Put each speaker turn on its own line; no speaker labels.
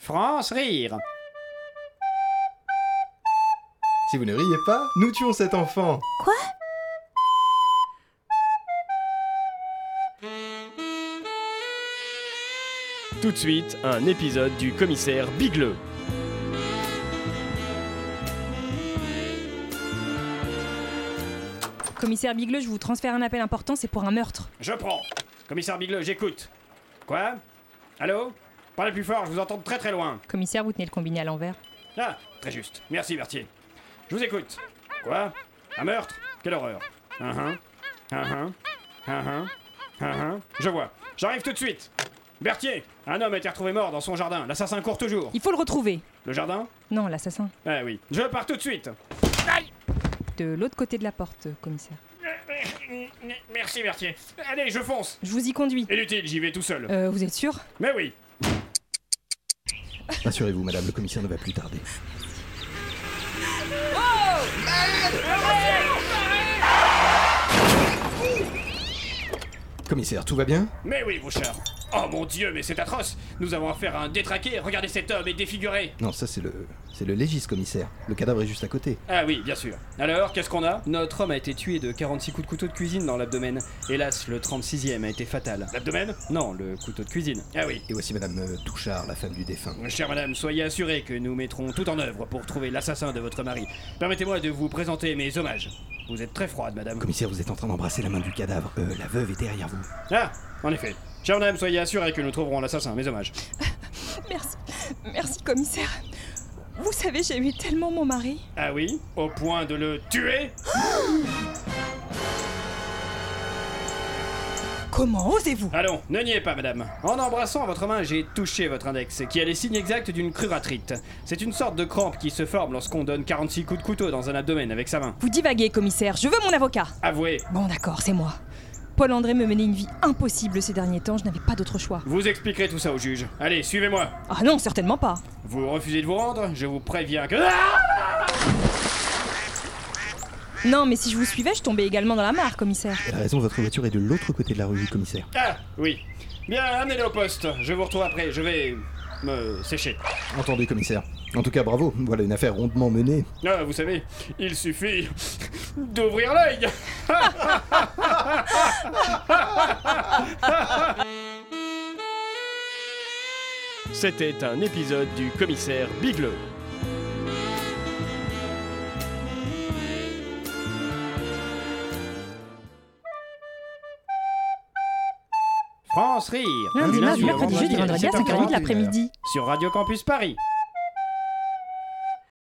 France rire.
Si vous ne riez pas, nous tuons cet enfant
Quoi
Tout de suite, un épisode du commissaire Bigleux.
Commissaire Bigleux, je vous transfère un appel important, c'est pour un meurtre.
Je prends. Commissaire Bigleux, j'écoute. Quoi Allô Parlez plus fort, je vous entends de très très loin.
Commissaire, vous tenez le combiné à l'envers.
Ah, très juste. Merci Berthier. Je vous écoute. Quoi Un meurtre Quelle horreur. Hein, hein. Hein, hein. Hein, hein. Hein, hein. Je vois. J'arrive tout de suite. Berthier, un homme a été retrouvé mort dans son jardin. L'assassin court toujours.
Il faut le retrouver
Le jardin
Non, l'assassin.
Ah oui. Je pars tout de suite.
De l'autre côté de la porte, euh, commissaire.
Merci Berthier. Allez, je fonce.
Je vous y conduis.
Inutile, j'y vais tout seul.
Euh, vous êtes sûr
Mais oui.
Rassurez-vous, madame, le commissaire ne va plus tarder. Commissaire, tout va bien
Mais oui, Bouchard. Oh mon dieu, mais c'est atroce. Nous avons affaire à un détraqué. Regardez cet homme est défiguré.
Non, ça c'est le... c'est le légiste, commissaire. Le cadavre est juste à côté.
Ah oui, bien sûr. Alors, qu'est-ce qu'on a
Notre homme a été tué de 46 coups de couteau de cuisine dans l'abdomen. Hélas, le 36e a été fatal.
L'abdomen
Non, le couteau de cuisine.
Ah oui.
Et voici madame euh, Touchard, la femme du défunt.
Chère madame, soyez assurée que nous mettrons tout en œuvre pour trouver l'assassin de votre mari. Permettez-moi de vous présenter mes hommages. Vous êtes très froide, madame.
Commissaire, vous êtes en train d'embrasser la main du cadavre. Euh, la veuve est derrière vous.
Ah, en effet. Chère madame, soyez assurée que nous trouverons l'assassin, mes hommages.
Merci, merci commissaire. Vous savez, j'ai aimé tellement mon mari.
Ah oui Au point de le tuer
Comment osez-vous
Allons, ne niez pas, madame. En embrassant votre main, j'ai touché votre index, qui a les signes exacts d'une cruratrite. C'est une sorte de crampe qui se forme lorsqu'on donne 46 coups de couteau dans un abdomen avec sa main.
Vous divaguez, commissaire, je veux mon avocat
Avouez,
Bon, d'accord, c'est moi. Paul-André me menait une vie impossible ces derniers temps, je n'avais pas d'autre choix.
vous expliquerez tout ça au juge. Allez, suivez-moi.
Ah non, certainement pas
Vous refusez de vous rendre Je vous préviens que... Ah
Non, mais si je vous suivais, je tombais également dans la mare, commissaire.
Elle a raison, votre voiture est de l'autre côté de la rue, commissaire.
Ah, oui. Bien, amenez-le au poste. Je vous retrouve après. Je vais me sécher.
Entendu, commissaire. En tout cas, bravo. Voilà une affaire rondement menée.
Ah, vous savez, il suffit d'ouvrir l'œil.
C'était un épisode du commissaire Bigleux.
France Rire.
Lundi, mardi, mercredi, jeudi, vendredi à 5h30 de
vendredi.
Ah,
l'après-midi.
Sur Radio Campus Paris.